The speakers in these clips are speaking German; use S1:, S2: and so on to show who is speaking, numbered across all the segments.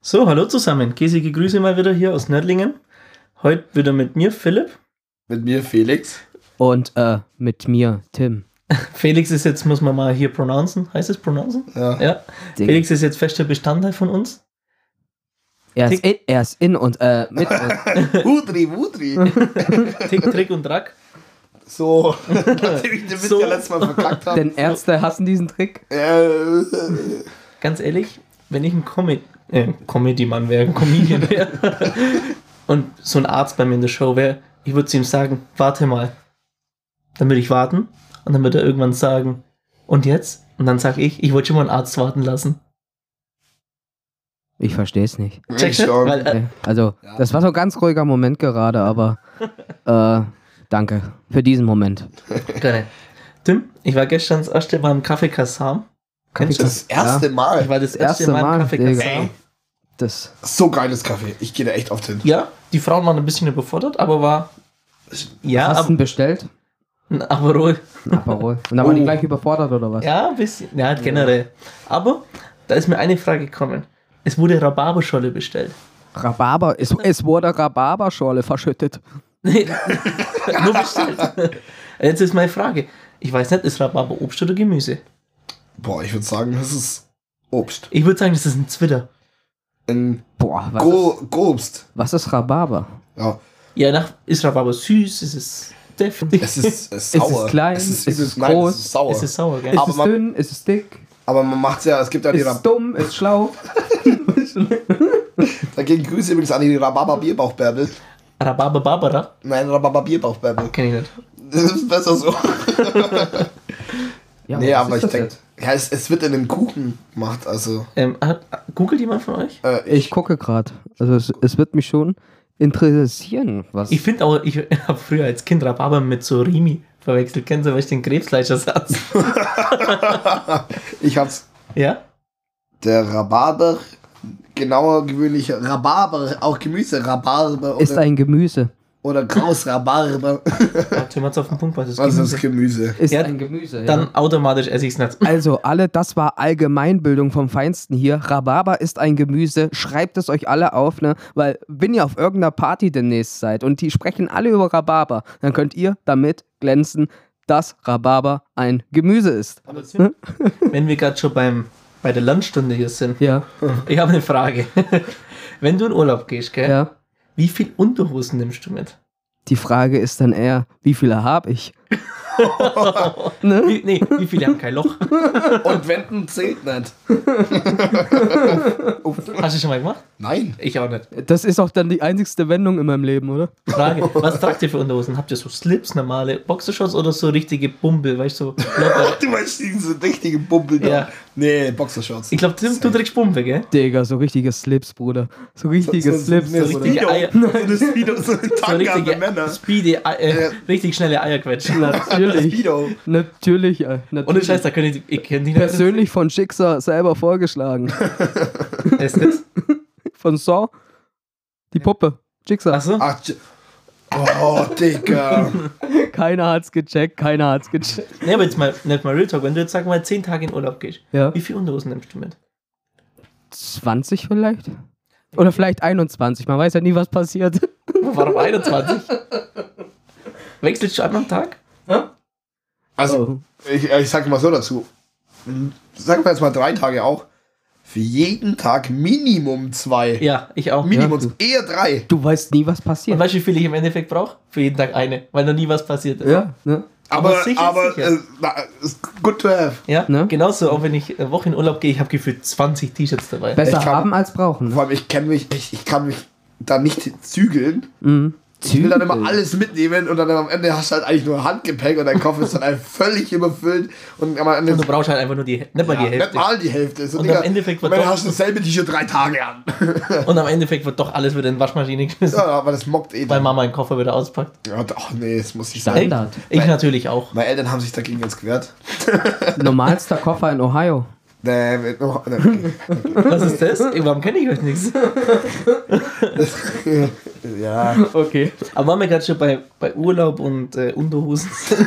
S1: So, hallo zusammen. Gesige Grüße mal wieder hier aus Nördlingen. Heute wieder mit mir, Philipp.
S2: Mit mir Felix.
S3: Und äh, mit mir, Tim.
S1: Felix ist jetzt, muss man mal hier pronouncen. Heißt es pronouncen?
S2: Ja.
S1: Ja.
S3: Ding.
S1: Felix ist jetzt fester Bestandteil von uns.
S3: Er ist,
S1: Tick.
S3: in, er ist in und äh, mit uns.
S2: Wudri, Wudri.
S1: Tick, Trick und Track.
S2: So, nachdem ich den Witz
S1: So.
S2: ja letztes Mal verkackt habe.
S3: Denn Ärzte hassen diesen Trick.
S2: äh,
S1: Ganz ehrlich, wenn ich ein Comi äh, Comedy-Mann wäre, ein Comedian wäre und so ein Arzt bei mir in der Show wäre, ich würde zu ihm sagen, warte mal. Dann würde ich warten und dann würde er irgendwann sagen, und jetzt? Und dann sage ich, ich wollte schon mal einen Arzt warten lassen.
S3: Ich verstehe es nicht.
S2: ich
S1: it?
S2: schon.
S1: Weil, äh,
S3: Okay. Also,
S2: Ja.
S3: das war so ein ganz ruhiger Moment gerade, aber äh, danke für diesen Moment.
S1: gerne. Tim, ich war gestern das erste Mal im Café Kassam. Kennst du
S2: das erste Mal.
S1: Ich war das erste,
S3: erste
S1: Mal, im
S3: Mal,
S1: Café
S3: Digga.
S1: Kassam.
S2: Ey,
S3: Das,
S2: so geiles Kaffee. Ich gehe da echt oft hin.
S1: Ja, die Frauen waren ein bisschen überfordert, aber war.
S2: Ah,
S1: Ja,
S3: hast du
S1: aber,
S3: ihn bestellt?
S1: aber ruhig.
S3: Ein Aperol. Und da
S2: Oh.
S3: waren die gleich überfordert oder was?
S1: Ja, ein bisschen. Ja, generell. Aber da ist mir eine Frage gekommen. Es wurde Rhabarberscholle bestellt.
S3: Rhabarber, es, es wurde Rhabarberschorle verschüttet.
S1: Nee, Nur bestellt. Jetzt ist meine Frage. Ich weiß nicht, ist Rhabarber Obst oder Gemüse?
S2: Boah, ich würde sagen, das ist Obst.
S1: Ich würde sagen, das ist ein Zwitter.
S2: Ein
S3: Boah, was, ist,
S2: Go Obst.
S3: was ist Rhabarber?
S2: Ja,
S1: Ja, nach, ist Rhabarber süß? Ist es deftig?
S2: es ist, es ist
S3: Es ist
S2: sauer.
S3: klein, es
S2: übelst-
S3: ist
S2: nein,
S3: groß.
S2: Es ist sauer.
S1: Es ist sauer, gell?
S3: Ist
S2: Aber
S3: es
S2: man-
S3: dünn? Ist es dick?
S2: Aber man macht's ja, es gibt ja die
S3: Ist
S2: Rab
S3: es dumm? Ist es schlau?
S2: Dagegen Grüße übrigens an die Rhabarber Bierbauchbärbel.
S1: Rhabarber Barbara?
S2: Nein, Rhabarber Bierbauchbärbel.
S1: Kenn ich nicht.
S2: Das ist besser so.
S3: Ja,
S2: nee,
S3: was
S2: aber
S3: ist
S2: ich
S3: das
S2: denke,
S3: jetzt?
S2: ja, es, es wird in den Kuchen gemacht, also.
S1: Ähm, hat, googelt jemand von euch?
S2: Äh,
S3: Ich gucke gerade. Also es, es wird mich schon interessieren, was.
S1: Ich finde auch, ich habe früher als Kind Rhabarber mit Surimi verwechselt. Kennst du, weil ich den Krebsleichersatz?
S2: Ich hab's.
S1: ja?
S2: Der Rhabarber, genauer gewöhnlich Rhabarber, auch Gemüse, Rhabarber
S3: ist
S2: oder,
S3: ein Gemüse.
S2: oder Krausrhabarber.
S1: Ja, Tim hat's auf den Punkt, was ist
S2: Was ist
S1: Gemüse?
S2: Gemüse?
S3: Ist
S1: Ja,
S3: ein Gemüse. ja.
S1: Dann automatisch esse ich's nicht.
S3: Also alle, das war Allgemeinbildung vom Feinsten hier. Rhabarber ist ein Gemüse. Schreibt es euch alle auf, ne? Weil wenn ihr auf irgendeiner Party demnächst seid und die sprechen alle über Rhabarber, dann könnt ihr damit glänzen, dass Rhabarber ein Gemüse ist.
S1: Wenn wir gerade schon beim, bei der Landstunde hier sind,
S3: Ja,
S1: ich habe eine Frage. Wenn du in Urlaub gehst, gell,
S3: ja.
S1: wie viel Unterhosen nimmst du mit?
S3: Die Frage ist dann eher, wie viele habe ich? Ne?
S1: Wie, nee, wie viele haben kein Loch?
S2: Und Wenden zählt nicht.
S1: Hast du schon mal gemacht?
S2: Nein.
S1: Ich auch nicht.
S3: Das ist auch dann die einzigste Wendung in meinem Leben, oder?
S1: Frage, was tragt ihr für Unterhosen? Habt ihr so Slips, normale Boxershorts oder so richtige Bumble, weißt du? so locker?
S2: Du meinst diese richtige Bumpel da.
S1: Ja.
S2: Nee, Boxershorts.
S1: Ich glaube, Tim, du trägst Bumble, gell?
S3: Digga, so richtige Slips, Bruder. So richtige Slips.
S2: Nee, so
S1: richtige
S2: Video,
S1: Eier.
S2: so eine Speedo, so eine
S1: So
S2: Tanke an
S1: richtige,
S2: den Männern.
S1: speedy, Ei- äh, richtig schnelle Eierquetschen.
S3: Natürlich.
S2: Speedo.
S3: Natürlich, äh,
S1: Ohne
S3: natürlich.
S1: Scheiß, da können die, ich kenne die nicht.
S3: Persönlich von Schicksal selber vorgeschlagen.
S1: Ist das?
S3: Von Saw. Die Puppe. Schicksal.
S1: Achso,
S2: Ach, tsch- oh, Digga.
S3: Keiner hat's gecheckt, keiner hat's gecheckt.
S1: ne, aber jetzt mal, nicht mal Real Talk. Wenn du jetzt, sag mal, 10 Tage in Urlaub gehst,
S3: Ja.
S1: wie viel Unterhosen nimmst du mit?
S3: 20 vielleicht? Oder vielleicht 21, man weiß ja nie, was passiert.
S1: Warum 21? Wechselst du einmal am Tag?
S2: Also,
S3: Oh.
S2: ich, ich sag mal so dazu. Sagen wir jetzt mal drei Tage auch. Für jeden Tag Minimum zwei.
S1: Ja, ich auch.
S2: Minimum
S3: Ja,
S2: eher drei.
S3: Du weißt nie, was
S1: Und
S3: passiert.
S1: weißt du, wie viel ich im Endeffekt brauche? Für jeden Tag eine, weil noch nie was passiert ist.
S3: Ja, ne?
S1: Aber
S2: Aber,
S1: sicher,
S2: aber,
S1: sicher.
S2: äh, na, ist good to have.
S1: Ja,
S3: Ne?
S1: genauso, auch wenn ich eine Woche in Urlaub gehe, ich habe gefühlt 20 T-Shirts dabei.
S3: Besser
S2: Ich kann-
S3: haben als brauchen. Ne?
S2: Vor allem, ich kenne mich, ich, ich kann mich da nicht zügeln. Ich will
S3: Zügel.
S2: dann immer alles mitnehmen und dann am Ende hast du halt eigentlich nur Handgepäck und dein Koffer ist dann halt völlig überfüllt und am Ende
S1: Und du brauchst halt einfach nur die, nicht mal
S2: ja,
S1: die
S2: nicht
S1: Hälfte.
S2: mal die Hälfte. So,
S1: Und
S2: Digga,
S1: am Endeffekt
S2: am
S1: wird
S2: Ende
S1: doch-
S2: hast du dasselbe T-Shirt drei Tage an.
S1: Und am Endeffekt wird doch alles wieder in die Waschmaschine geschmissen,
S2: ja, aber das mockt eh
S1: weil
S2: dann.
S1: Mama den Koffer wieder auspackt.
S2: Ja, ach nee, das muss ich
S3: Stand-
S2: sagen.
S1: Echt?
S3: Standard.
S1: Ich
S2: Weil-
S1: natürlich auch.
S2: Meine Eltern haben sich dagegen jetzt gewehrt.
S3: Normalster Koffer in Ohio.
S2: Nee, mit, oh, nee, okay.
S1: Was ist das? Ey, Warum kenne ich euch nichts?
S2: ja.
S3: Okay.
S1: Aber waren wir gerade schon bei, bei Urlaub und äh, Unterhosen? sind.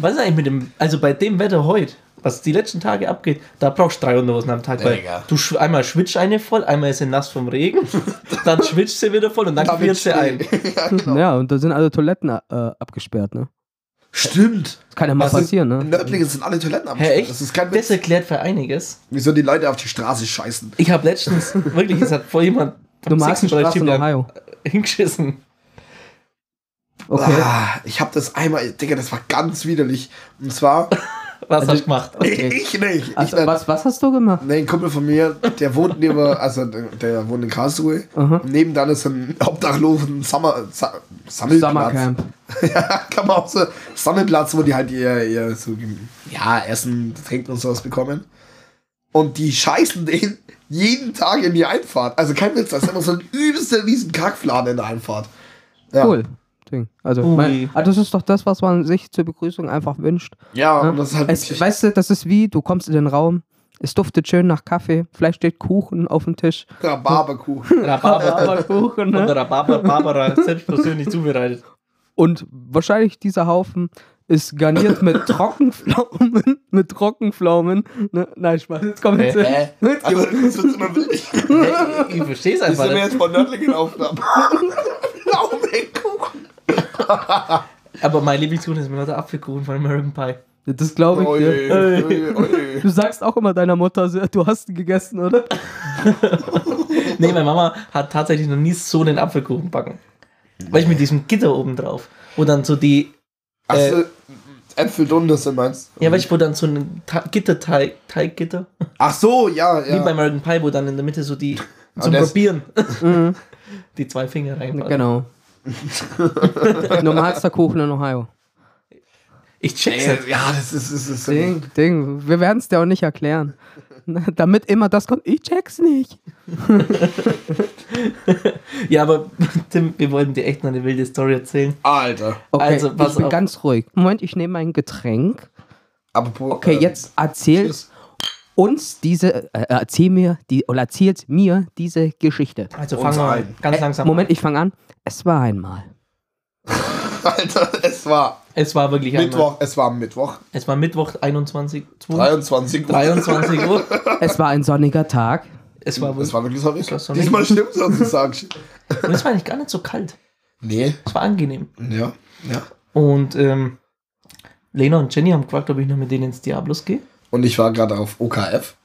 S1: Was ist eigentlich mit dem, also bei dem Wetter heute, was die letzten Tage abgeht, da brauchst du drei Unterhosen am Tag. Weil
S2: Digga.
S1: du schw- einmal schwitzt eine voll, einmal ist sie nass vom Regen, dann schwitzt sie wieder voll und dann
S2: Damit
S1: friert sie ein.
S2: ja, genau.
S3: Ja, und da sind alle Toiletten äh, abgesperrt, ne?
S2: Stimmt.
S3: Das kann ja mal
S1: Was ist-
S3: passieren,
S2: In
S3: ne?
S2: Nördlingen sind alle Toiletten am
S1: Hä, echt?
S2: Das ist kein
S1: Das
S2: Witz.
S1: erklärt für einiges.
S2: Wieso die Leute auf die Straße scheißen.
S1: Ich habe letztens, wirklich, es hat vor jemand
S3: Du magst die Straße in Ohio.
S1: hingeschissen.
S3: Okay.
S2: Ah, ich habe das einmal, Digga, das war ganz widerlich. Und zwar,
S1: Was
S3: Also-
S1: hast du gemacht?
S3: Okay.
S2: ich nicht.
S3: Also,
S2: ich nicht.
S3: was, was hast du gemacht?
S2: Nee, ein Kumpel von mir, der wohnt neben, also der- der wohnt in Karlsruhe.
S3: Aha.
S2: Und nebenan ist ein obdachlosen Summer, Sa Sammelplatz.
S3: Summercamp.
S2: ja, kann man auch so Sammelplatz, wo die halt ihr, ihr so, ja, Essen, Trinken und sowas bekommen. Und die scheißen den jeden Tag in die Einfahrt. Also kein Witz, das ist immer so ein übelster riesen Kackfladen in der Einfahrt. Ja.
S3: Cool. Ding. Also,
S1: Ui.
S3: mein, ah, das ist doch das, was man sich zur Begrüßung einfach wünscht.
S2: Ja,
S3: Ja.
S2: und das ist halt
S3: Es,
S2: wirklich-
S3: weißt du, das ist wie, du kommst in den Raum, es duftet schön nach Kaffee, vielleicht steht Kuchen auf dem Tisch.
S2: Rhabarberkuchen.
S1: Rhabarber.
S3: Kuchen,
S1: Und Rhabarber Barbara selbst persönlich zubereitet.
S3: Und wahrscheinlich dieser Haufen ist garniert mit Trockenpflaumen, mit Trockenpflaumen. Ne? Nein, Spaß, jetzt kommt jetzt.
S2: Hä? Also, das wird immer wild.
S1: Hey, Ich verstehe es
S2: Ich
S1: einfach
S2: sind wir
S1: nicht.
S2: jetzt von Nördlingen aufgenommen. Pflaumenkuchen.
S1: Aber mein Lieblingskuchen ist mir der Apfelkuchen von American Pie.
S3: Das glaube ich dir.
S2: Oi, oi, oi.
S3: Du sagst auch immer deiner Mutter, du hast ihn gegessen, oder?
S1: Nee, meine Mama hat tatsächlich noch nie so einen Apfelkuchen backen. Weil ich mit diesem Gitter oben drauf, wo dann so die,
S2: Ach so,
S3: Äh.
S2: Äpfel dundes meinst du?
S1: ja, weißt du, wo dann so ein Ta Gitterteig, Teiggitter,
S2: Ach so, ja,
S1: wie bei
S2: ja.
S1: American Pie, wo dann in der Mitte so die, zum
S2: das- Mhm.
S1: Probieren, die zwei Finger reinpassen.
S3: Genau. Normalster Kuchen in Ohio.
S1: Ich check's halt.
S2: Ey,
S1: nicht.
S2: Ja, das ist, das ist
S3: Ding, Ding. Wir werden es dir auch nicht erklären. Ne, Damit immer das kommt, ich check's nicht.
S1: Ja, aber Tim, wir wollten dir echt noch eine wilde Story erzählen.
S2: Alter.
S3: Okay,
S1: Also, pass
S3: ich bin
S1: auf.
S3: ganz ruhig. Moment, ich nehme ein Getränk.
S2: Apropos,
S3: Okay,
S2: ähm,
S3: jetzt erzähl
S2: Cheers.
S3: uns diese, äh, erzähl mir, die, oder erzählt mir diese Geschichte.
S1: Also fangen
S2: Uns
S1: wir
S2: allen.
S1: an. ganz
S3: Äh,
S1: langsam.
S3: Moment, ich fange an. Es war einmal.
S2: Alter, es war
S1: Es war wirklich einmal.
S2: Mittwoch, es war Mittwoch,
S1: Es war Mittwoch 21, 22,
S2: 23 Uhr.
S1: 23 Uhr.
S3: Es war ein sonniger Tag.
S1: Es war,
S2: Es war wirklich so
S1: war so
S2: Diesmal stimmt's, was du sagst.
S1: Und es war eigentlich gar nicht so kalt.
S2: Nee,
S1: Es war angenehm.
S2: ja, ja.
S1: Und ähm, Lena und Jenny haben gefragt, ob ich noch mit denen ins Diablos gehe.
S2: Und ich war gerade auf OKF.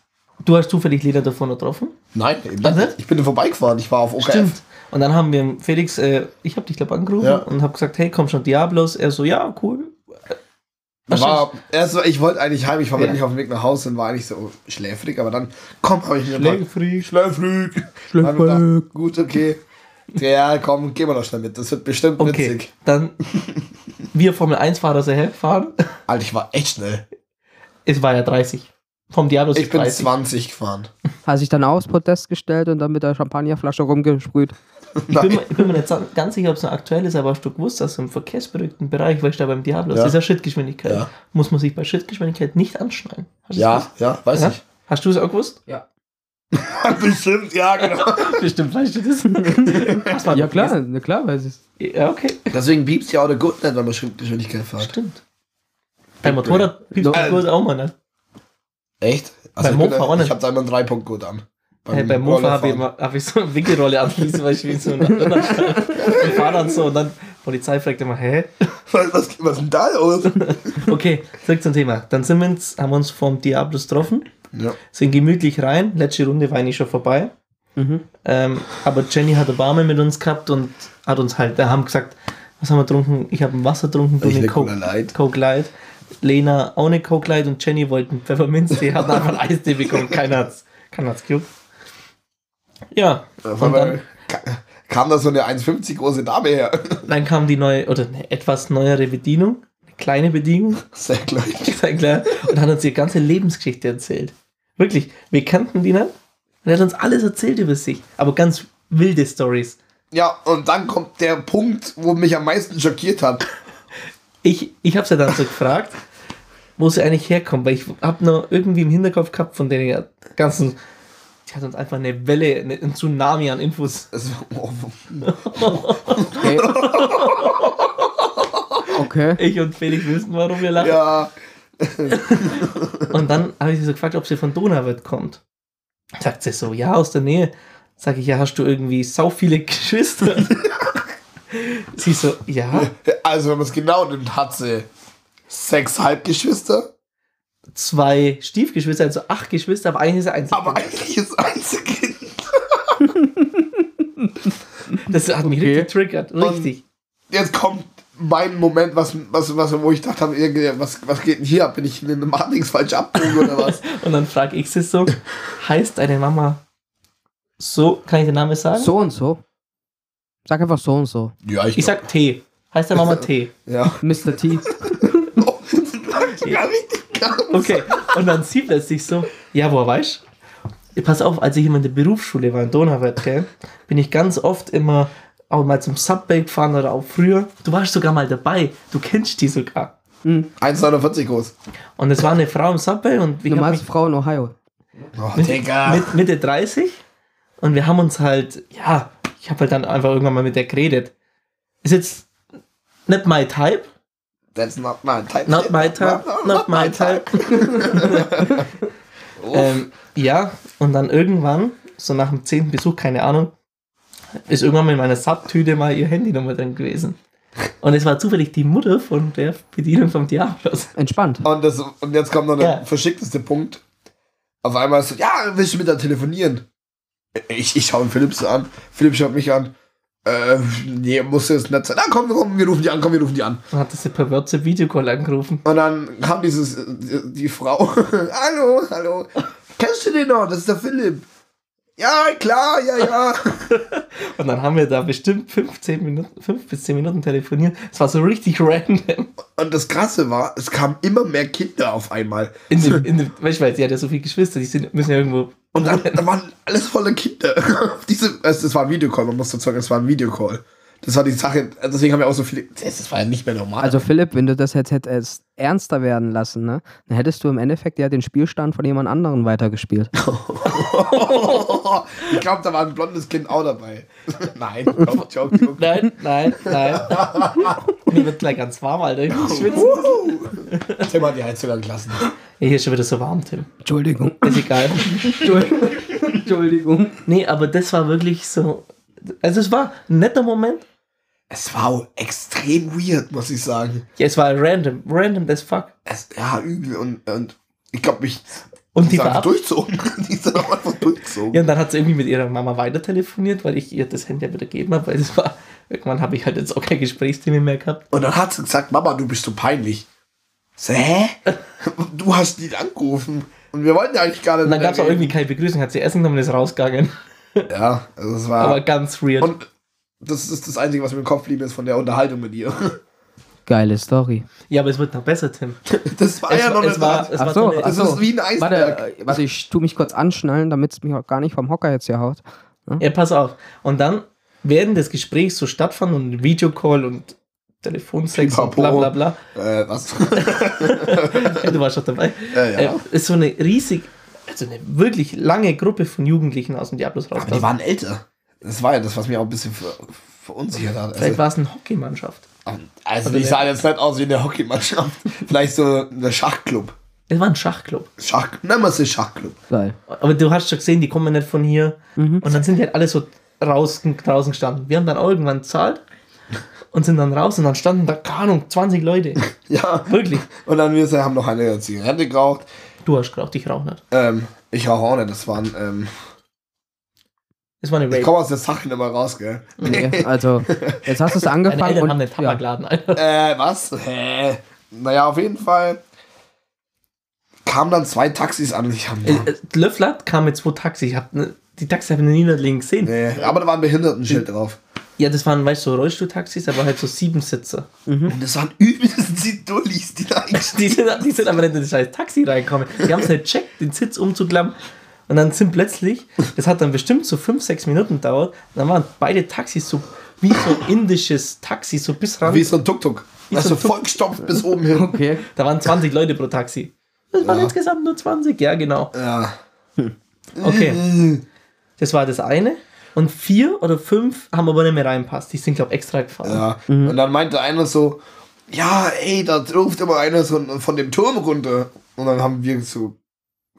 S1: Du hast zufällig Lena davon getroffen.
S2: Nein, eben
S1: Ach,
S2: nicht.
S1: ne?
S2: ich bin da vorbeigefahren, ich war auf OKF.
S1: Und dann haben wir Felix, äh, ich habe dich glaube angerufen
S2: Ja.
S1: und habe gesagt, hey, komm schon Diablos. Er so, ja, cool. Ach,
S2: War, also ich wollte eigentlich heim, ich war
S1: Ja.
S2: wirklich auf dem Weg nach Hause und war eigentlich so schläfrig, aber dann, komm, habe ich mir
S1: Schläfrig.
S2: schläfrig. Dann hab ich gedacht, Gut, okay. Ja, komm, gehen wir doch schnell mit. Das wird bestimmt
S1: Okay,
S2: witzig.
S1: dann wir Formel 1-Fahrer so herfahren.
S2: Alter, ich war echt schnell.
S1: Es war ja 30. Vom Diablos
S2: Ich
S1: ist
S2: bin
S1: 30.
S2: 20 gefahren.
S3: Hat sich dann aufs Podest gestellt und dann mit der Champagnerflasche rumgesprüht.
S1: Ich bin, mir- ich bin mir nicht ganz sicher, ob es noch aktuell ist, aber hast du gewusst, dass im verkehrsberückten Bereich, weil ich da beim Diablos,
S2: Ja.
S1: das ist ja Schrittgeschwindigkeit,
S2: Ja.
S1: muss man sich bei Schrittgeschwindigkeit nicht anschneiden. Hast du das
S2: Ja, ja, weiß
S1: gewusst? Ja? Hast du es auch gewusst?
S2: ich. Bestimmt, ja, genau.
S1: Bestimmt weißt du das. Was war
S3: Ja
S1: das?
S3: klar, na klar weiß ich
S1: Ja, okay.
S2: Deswegen piepst ja auch der Gurt nicht, wenn man Schrittgeschwindigkeit fährt.
S1: Stimmt. Beim Motorrad piepst
S2: Äh,
S1: du kurz auch mal, ne?
S2: Echt? Also
S1: Beim
S2: ich bin
S1: Mofa
S2: da-
S1: auch nicht.
S2: Ich hab da immer einen Dreipunktgurt an.
S1: Hey, beim Mofa habe ich, immer- hab ich so eine Wickelrolle anschließen, weil ich wie so ein anderer Ich fahre dann so und dann Polizei fragt immer, hä?
S2: Was, was, was ist denn da los?
S1: Okay, zurück zum Thema. Dann sind wir uns, haben wir uns vom Diablos getroffen.
S2: ja.
S1: sind gemütlich rein. Letzte Runde war eigentlich schon vorbei.
S3: Mhm.
S1: Ähm, aber Jenny hat eine Barme mit uns gehabt und hat uns halt, da haben gesagt, was haben wir getrunken? Ich habe ein Wasser getrunken, du
S2: Ich
S1: eine
S2: leg Cola
S1: Coke,
S2: Light.
S1: Coke Light. Lena auch eine Coke Light und Jenny wollte einen Pfefferminz. Die hat einfach einen Eistee bekommen. Keiner hat's, keiner hat's gejuckt. Ja, und dann,
S2: Ka- Kam da so eine 1,50 große Dame her.
S1: dann kam die neue, oder eine etwas neuere Bedienung, eine kleine Bedienung,
S2: Sehr gleich.
S1: Sehr klar. Und hat uns die ganze Lebensgeschichte erzählt. Wirklich, wir kannten die nicht. Und er hat uns alles erzählt über sich. Aber ganz wilde Stories.
S2: Ja, und dann kommt der Punkt, wo mich am meisten schockiert hat.
S1: Ich, ich habe sie dann so gefragt, wo sie eigentlich herkommt, weil ich habe noch irgendwie im Hinterkopf gehabt von den ganzen. Die hat uns einfach eine Welle, eine, einen Tsunami an Infos.
S2: Das, oh,
S3: Okay. okay.
S1: Ich und Felix wissen, warum wir lachen.
S2: ja,
S1: Und dann habe ich sie so gefragt, ob sie von Donauwörth kommt. Sagt sie so, ja, aus der Nähe. Sag ich, ja, hast du irgendwie sau viele Geschwister? sie so, ja,
S2: Also, wenn man es genau nimmt, hat sie sechs Halbgeschwister,
S1: zwei Stiefgeschwister, also acht Geschwister, aber eigentlich ist er einzig.
S2: aber eigentlich ist Einzelkind.
S1: Das hat mich
S3: Okay.
S1: richtig getriggert, richtig.
S2: Jetzt kommt mein Moment, was, was, was, wo ich dachte, irgendwie, was, was geht denn hier ab? Bin ich in einem Matrix falsch abgebogen oder was?
S1: Und dann frage ich sie so, heißt deine Mama so, kann ich den Namen sagen?
S3: So und so. Sag einfach so und so.
S2: ja,
S1: Ich sag T. Heißt deine Mama T.
S2: Ja.
S3: Mr. T.
S2: Oh, sogar richtig ganz.
S1: Okay. Und dann sie plötzlich so, ja, woher weißt du? Pass auf, als ich immer in der Berufsschule war in Donauwörth, gell, bin ich ganz oft immer auch mal zum Subway gefahren oder auch früher. Du warst sogar mal dabei. Du kennst die sogar.
S2: 1,49 groß.
S1: Und es war eine Frau im Subway und ich hab mich
S3: Normalste Frau in Ohio.
S2: Oh, Digga.
S1: mit Mitte 30 und wir haben uns halt, ja, ich habe halt dann einfach irgendwann mal mit der geredet. Ist jetzt nicht my type,
S2: That's not my type.
S1: not my type, not my type.
S2: Uff.
S1: Ähm, ja, und dann irgendwann, so nach dem zehnten Besuch, keine Ahnung, ist irgendwann mal in meiner Subtüte mal ihr Handynummer drin gewesen. Und es war zufällig die Mutter von der Bedienung vom Diablos.
S3: Entspannt.
S2: Und, das, und jetzt kommt noch der
S1: Ja.
S2: verschickteste Punkt. Auf einmal so, ja, willst du mit der telefonieren? Ich, ich schaue Philipp so an. Philipp schaut mich an. Äh, nee, muss jetzt nicht sein. Na komm, komm, wir rufen die an, komm, wir rufen die an.
S1: Und hat diese perverse Videocall angerufen.
S2: Und dann kam dieses, äh, die, die Frau. hallo, hallo. Kennst du den noch? Das ist der Philipp. Ja, klar, ja, ja.
S1: Und dann haben wir da bestimmt 15 Minuten, 5 bis 10 Minuten telefoniert. Es war so richtig random.
S2: Und das Krasse war, es kamen immer mehr Kinder auf einmal.
S1: In dem, in dem, weißt du, weil sie hat ja so viele Geschwister, die sind, müssen ja irgendwo.
S2: Und dann, da waren alles voller Kinder. Diese, also das war ein Videocall, man muss dazu sagen, es war ein Videocall. Das war die Sache, also deswegen haben wir auch so viele. Das, das war ja nicht mehr normal.
S3: Also Philipp, wenn du das jetzt hättest ernster werden lassen, ne, dann hättest du im Endeffekt ja den Spielstand von jemand anderem weitergespielt.
S2: ich glaube, da war ein blondes Kind auch dabei. Nein, joke, joke, joke.
S1: Nein, nein, nein. Mir wird gleich ganz warm, Alter. Ich muss schwitzen.
S2: Tim hat die Heizung angelassen.
S1: Ja, hier ist schon wieder so warm, Tim.
S3: Entschuldigung.
S1: Ist egal.
S3: Entschuldigung.
S1: Nee, aber das war wirklich so. Also, es war ein netter Moment.
S2: Es war auch extrem weird, muss ich sagen.
S1: Ja, es war random. Random as fuck.
S2: Es, ja, übel und, und ich glaube, mich
S1: Und die
S2: ist einfach
S1: war.
S2: durchzogen. Die ist dann auch einfach durchzogen.
S1: Ja, und dann hat sie irgendwie mit ihrer Mama weiter telefoniert, weil ich ihr das Handy ja wieder gegeben habe, weil es war. Irgendwann habe ich halt jetzt auch kein Gesprächsthema mehr gehabt.
S2: Und dann hat sie gesagt, Mama, du bist so peinlich. So, hä? Du hast die angerufen. Und wir wollten ja eigentlich gar nicht.
S1: Und dann gab es auch
S2: reden.
S1: irgendwie keine Begrüßung, hat sie Essen genommen und ist rausgegangen.
S2: Ja, also es war.
S1: Aber ganz weird.
S2: und das ist das Einzige, was mir im Kopf blieb, ist von der Unterhaltung mit ihr.
S3: Geile Story.
S1: ja, aber es wird noch besser, Tim.
S2: Das war
S1: Es,
S2: Ah ja noch
S1: es
S2: nicht
S1: war,
S2: war,
S1: es
S3: Ach
S1: war
S3: so,
S1: so eine,
S3: ach
S2: Das
S3: so.
S2: ist wie ein Eisberg.
S3: Warte, äh, warte, ich tu mich kurz anschnallen, damit es mich auch gar nicht vom Hocker jetzt hier haut.
S1: Ja, pass auf. Und dann, während des Gesprächs so stattfand und Videocall und Telefonsex und bla
S2: Pipapo.
S1: bla bla,
S2: Äh, was?
S1: Ja, du warst schon dabei,
S2: Äh, ja.
S1: äh, ist so eine riesig, also eine wirklich lange Gruppe von Jugendlichen aus dem Diablos
S2: Aber die
S1: rausgekommen.
S2: waren älter. Das war ja das, was mich auch ein bisschen ver verunsichert hat.
S1: Vielleicht ne?
S2: Also,
S1: war es eine Hockeymannschaft.
S2: also die sahen jetzt nicht aus wie eine Hockeymannschaft. Vielleicht so der Schachclub.
S1: Es war ein Schachclub.
S2: Schach, nennen wir es den Schachclub.
S3: Geil. Mhm.
S1: Aber du hast schon gesehen, die kommen nicht von hier. Und dann sind die halt alle so draußen, draußen gestanden. Wir haben dann auch irgendwann gezahlt und sind dann raus und dann standen da, keine Ahnung, 20 Leute.
S2: Ja.
S1: Wirklich.
S2: Und dann wir haben noch eine Zigarette geraucht.
S1: Du hast geraucht, ich rauche nicht.
S2: Ähm, ich rauche auch nicht, das waren, ähm,
S1: Es war eine
S2: ich
S1: Rape.
S2: komme aus der Sache nicht mehr raus, gell?
S3: Nee, also, jetzt hast du es
S1: Meine
S3: angefangen
S1: Eltern
S3: und
S1: haben einen
S3: ja,
S1: Tabakladen, Alter.
S2: Äh, was? Hä? Naja, auf jeden Fall kamen dann zwei Taxis an. Ich hab,
S1: Äh, äh, Löffler kam mit zwei Taxis. Ich hab ne, die Taxis habe ich noch nie liegen gesehen.
S2: nee, aber da war ein Behindertenschild drauf.
S1: Ja, das waren, weißt du, so Rollstuhltaxis, aber halt so Siebensitzer.
S2: Und das waren übelst die Dullis, die da
S1: Die sind, die sind aber nicht in das scheiß Taxi reingekommen. Die haben es nicht checkt, den Sitz umzuklappen. Und dann sind plötzlich, das hat dann bestimmt so fünf, sechs Minuten gedauert, dann waren beide Taxis so wie so ein indisches Taxi, so bis ran.
S2: Wie so ein Tuk-Tuk.
S1: so
S2: Also
S1: ein Tuk-Tuk.
S2: vollgestopft bis oben hin.
S3: okay.
S1: Da waren 20 Leute pro Taxi. Das waren insgesamt nur 20, ja, genau.
S2: Ja. Äh.
S1: Okay. Das war das eine. Und
S2: Mhm.
S1: vier oder fünf haben aber nicht mehr reinpasst. Die sind, glaube ich, extra gefahren.
S2: Ja. Und dann meinte einer so, ja, ey, da ruft immer einer so von dem Turm runter. Und dann haben wir so,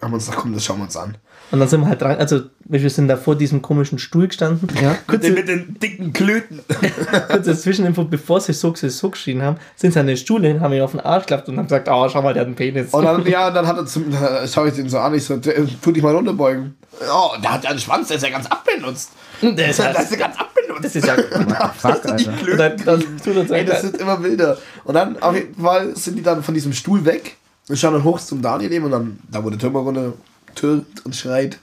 S2: haben uns gesagt, komm, das schauen wir uns an.
S1: Und dann sind wir halt dran, also wir sind da vor diesem komischen Stuhl gestanden.
S3: Ja.
S2: Mit den,
S1: Kurze,
S2: mit den dicken Klöten.
S1: kurze Zwischeninfo, bevor sie so, sie so geschrien haben, sind sie an den Stuhl hin, haben ihn auf den Arsch geklappt und haben gesagt, oh, schau mal, der hat einen Penis.
S2: Und dann, ja, dann hat er zum, äh, schau ich den so an, ich so, "Äh, tu dich mal runterbeugen. Oh, da hat er einen Schwanz, der ist ja ganz abbenutzt.
S1: Der ist
S2: Das ist
S1: halt-
S2: ja ganz abbenutzt.
S1: das ist ja...
S2: Hast du die
S3: Alter.
S1: Und
S2: Klöten
S1: dann, dann tut er so
S2: Ey, das
S1: ein-
S2: sind immer wilder. Und dann auf jeden Fall sind die dann von diesem Stuhl weg und schauen dann hoch zum Daniel eben und dann, da wurde Türmer runter türmt und schreit.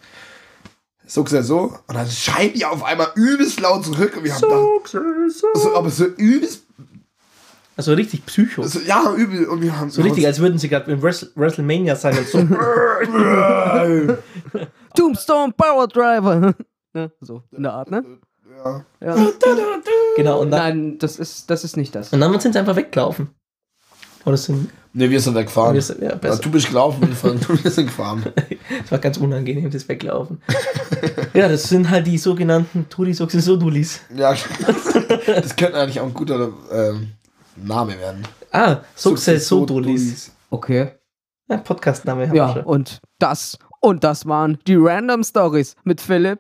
S2: So gesagt so. Und dann schreien die auf einmal übelst laut zurück und wir haben
S1: So, so, so.
S2: da, so, aber so übelst,
S1: Also richtig Psycho.
S2: so, ja, übel. Und wir haben
S1: So richtig, als würden sie gerade im Wrestl- WrestleMania sein und so.
S3: Tombstone Power Driver. ne? So, in der Art, ne?
S2: ja.
S3: Ja.
S1: genau, und dann,
S3: Nein, das ist, das ist nicht das.
S1: und dann sind sie einfach weggelaufen. Oder sind.
S2: Ne, wir sind weggefahren.
S1: Wir sind- ja, besser.
S2: Ja, du bist gelaufen, wir fahren- wir sind gefahren.
S1: Es war ganz unangenehm, das Weglaufen. ja, das sind halt die sogenannten Turisoxisodulis.
S2: Ja, das könnte eigentlich auch ein guter ähm, Name werden.
S1: Ah, Soxesodulis.
S3: Okay.
S1: Ja, Podcastname haben wir
S3: Ja,
S1: schon.
S3: und das, und das waren die Random Stories mit Philipp,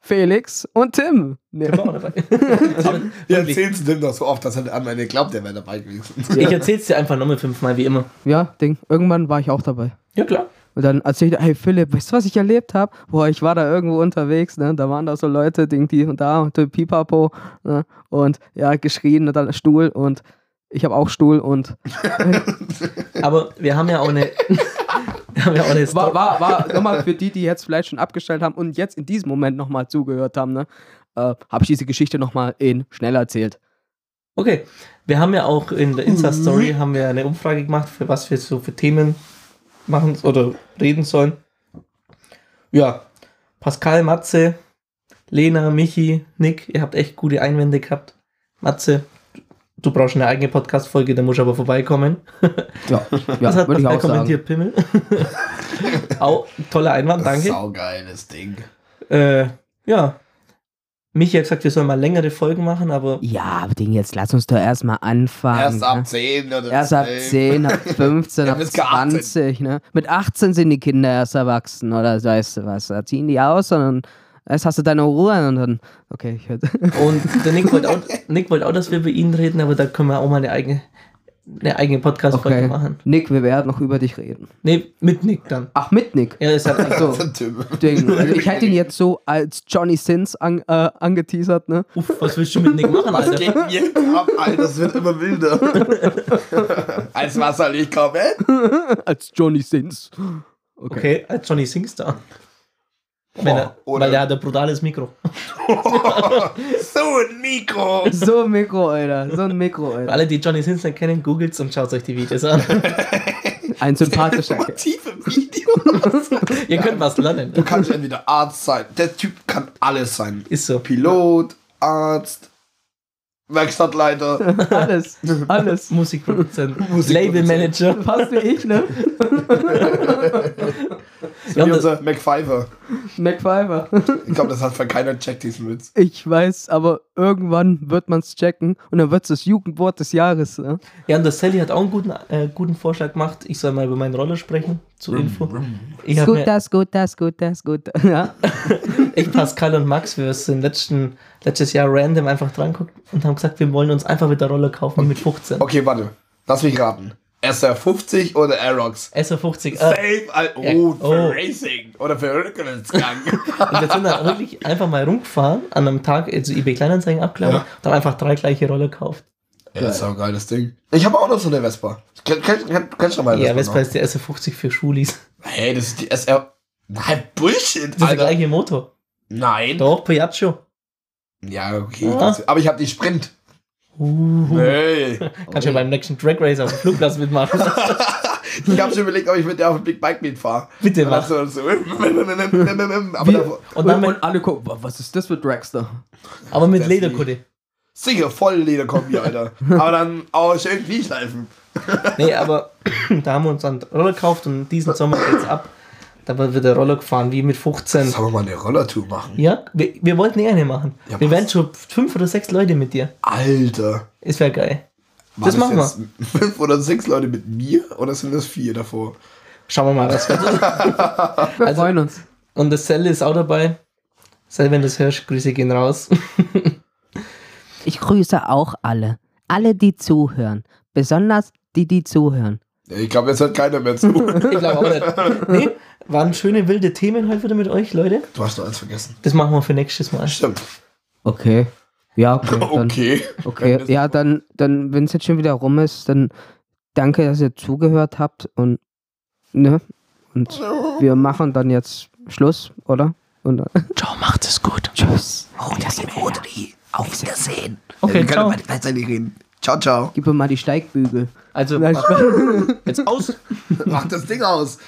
S3: Felix und Tim. Ne.
S1: Der war auch dabei.
S2: Wir
S1: Wirklich.
S2: erzählen es dem doch so oft, dass er an meine glaubt, er wäre dabei gewesen.
S1: Ich erzähl's dir einfach nochmal fünfmal, wie immer.
S3: Ja, Ding, irgendwann war ich auch dabei.
S1: Ja, klar.
S3: Und dann erzählt er, hey Philipp, weißt du, was ich erlebt habe? Boah, ich war da irgendwo unterwegs, ne? Da waren da so Leute, Ding, die und da und die Pipapo, ne? Und ja, geschrien und dann Stuhl und ich habe auch Stuhl und
S1: Aber wir haben ja auch eine. wir haben ja auch eine
S3: war,
S1: Story.
S3: war, war nochmal für die, die jetzt vielleicht schon abgestellt haben und jetzt in diesem Moment nochmal zugehört haben, ne? Äh, habe ich diese Geschichte nochmal in schnell erzählt.
S1: Okay, wir haben ja auch in der Insta-Story
S3: Mhm.
S1: haben wir eine Umfrage gemacht, für was wir so für Themen machen oder reden sollen. Ja, Pascal, Matze, Lena, Michi, Nick, ihr habt echt gute Einwände gehabt. Matze, du brauchst eine eigene Podcast-Folge, da musst du aber vorbeikommen.
S3: Ja,
S1: Was
S3: ja
S1: hat
S3: würde
S1: Pascal
S3: ich auch sagen.
S1: kommentiert, Pimmel? Au, toller Einwand, danke.
S2: Saugeiles Ding.
S1: Äh, ja, Michi hat gesagt, wir sollen mal längere Folgen machen, aber
S3: Ja, aber Ding, jetzt lass uns doch erstmal anfangen.
S2: Erst
S3: ne?
S2: ab 10 oder
S3: Erst ab 10, ab 15,
S2: Ja,
S3: ab
S2: bis gar 18.
S3: 20. Ne? Mit 18 sind die Kinder erst erwachsen oder weißt du was. Da ziehen die aus und dann erst hast du deine Ruhe und dann. Okay, ich hör-
S1: Und der Nick wollte auch, Nick wollte auch, dass wir über ihn reden, aber da können wir auch mal eine eigene, eine eigene Podcast-Folge
S3: okay.
S1: machen.
S3: Nick, wir werden noch über dich reden.
S1: Nee, mit Nick dann.
S3: Ach, mit Nick.
S1: Er ist halt
S3: So,
S2: Typ.
S3: Ding. Also ich hätte ihn jetzt so als Johnny Sins an, äh, angeteasert, ne?
S1: uff, was willst du mit Nick machen,
S2: Was
S1: Alter?
S2: geht denn jetzt ab, Alter? Das wird immer wilder. Als was soll ich kommen?
S3: Als Johnny Sins. Okay.
S1: Okay, als Johnny Singstar. Wenn er,
S2: Oh, oder-
S1: weil er hat ein brutales Mikro.
S2: So ein Mikro.
S3: So ein Mikro, Alter. So ein Mikro,
S1: Für
S3: Alter.
S1: alle, die Johnny Singstar kennen, googelt's und schaut euch die Videos an.
S3: Ein sympathischer. Kerl.
S2: Informativ im Video.
S1: Ihr könnt was lernen.
S2: Du kannst entweder Arzt sein. Der Typ kann alles sein.
S1: Ist so.
S2: Pilot, Arzt, Werkstattleiter.
S3: Alles. Alles.
S1: Musikproduzent,
S2: Musikproduzent.
S1: Labelmanager.
S3: Fast wie ich, ne?
S2: So
S1: Ja,
S2: wie
S1: und-
S2: unser MacPfeiffer.
S3: McFiver.
S2: Ich glaube, das hat von keiner checkt diesen Witz.
S3: Ich weiß, aber irgendwann wird man es checken und dann wird es das Jugendwort des Jahres. Ne?
S1: Ja, und der Sally hat auch einen guten, äh, guten Vorschlag gemacht. Ich soll mal über meine Rolle sprechen, zur Info. Ich hab mir-
S3: das, gut, das, gut, das, gut. Ja.
S1: Ich, Pascal und Max, wir sind letzten, letztes Jahr random einfach dran geguckt und haben gesagt, wir wollen uns einfach wieder Rolle kaufen mit 15.
S2: Okay, warte. Lass mich raten. SR50 oder Aerox?
S1: SR50. Äh,
S2: Safe, Al- oh,
S1: oh.
S2: für Racing oder für Rückwärtsgang.
S1: und wir sind dann wirklich einfach mal rumgefahren, an einem Tag äh, zu eBay Kleinanzeigen abgeladen und haben einfach drei gleiche Rolle gekauft.
S2: ja, das ist auch ein geiles Ding. Ich habe auch noch so eine Vespa. Kenn- kenn- kenn- Kennst du noch mal
S1: Ja, Vespa
S2: noch?
S1: ist der SR50 für Schulis.
S2: Hey, das ist die SR. Nein, Bullshit,
S1: Das ist der
S2: Alter.
S1: gleiche Motor.
S2: Nein.
S1: Doch, Ah. Piaggio.
S2: Ja, okay.
S1: Ja.
S2: Das, aber ich habe die Sprint.
S1: Uh,
S2: Nee.
S1: Kannst du beim nächsten Drag Race auf dem Flugplatz mitmachen.
S2: Ich habe schon überlegt, ob ich mit der auf dem Big Bike mitfahre.
S1: Bitte
S2: Und dann
S1: mach.
S2: so, Also, so. Aber davor,
S1: Und dann mit,
S3: alle gucken, "Wa- was ist das für Dragster?
S1: aber mit
S2: Das ist
S1: Lederkutte.
S2: sicher voll Lederkombi, Alter. Aber dann auch schön Knieschleifen.
S1: Nee, aber da haben wir uns dann Roller gekauft und diesen Sommer geht's ab. Da wird der Roller gefahren, wie mit 15.
S2: Sollen wir mal eine Rollertour machen?
S1: Ja, wir, wir wollten eh eine machen.
S2: Ja,
S1: wir
S2: passt.
S1: wären schon fünf oder sechs Leute mit dir.
S2: Alter.
S1: Es wäre geil.
S2: Waren
S1: Das machen
S2: jetzt Fünf oder sechs Leute mit mir oder sind das vier davor?
S1: Schauen wir mal, was wird.
S3: Wir
S1: Also-
S3: freuen uns.
S1: Und das Selle ist auch dabei. Selle, wenn du es hörst, Grüße gehen raus.
S4: Ich grüße auch alle. Alle, die zuhören. Besonders die, die zuhören.
S2: Ja, ich glaube, jetzt hört keiner mehr zu.
S1: Ich glaube auch nicht. Nee, waren schöne wilde Themen heute wieder mit euch, Leute.
S2: Du hast doch eins vergessen.
S1: Das machen wir für nächstes Mal.
S2: Stimmt.
S3: Okay. Ja, okay. Dann,
S2: Okay.
S3: okay. Ja, dann, dann wenn es jetzt schon wieder rum ist, dann danke, dass ihr zugehört habt und ne? Und wir machen dann jetzt Schluss, oder? Und dann,
S1: Ciao, macht es gut.
S3: tschüss.
S2: Auf Wiedersehen.
S1: Okay,
S2: wir können
S1: ciao.
S2: aber gleichzeitig reden. Ciao, ciao.
S3: Gib mir mal die Steigbügel.
S1: Also,
S3: Nein,
S1: mach- jetzt aus.
S2: Mach das Ding aus.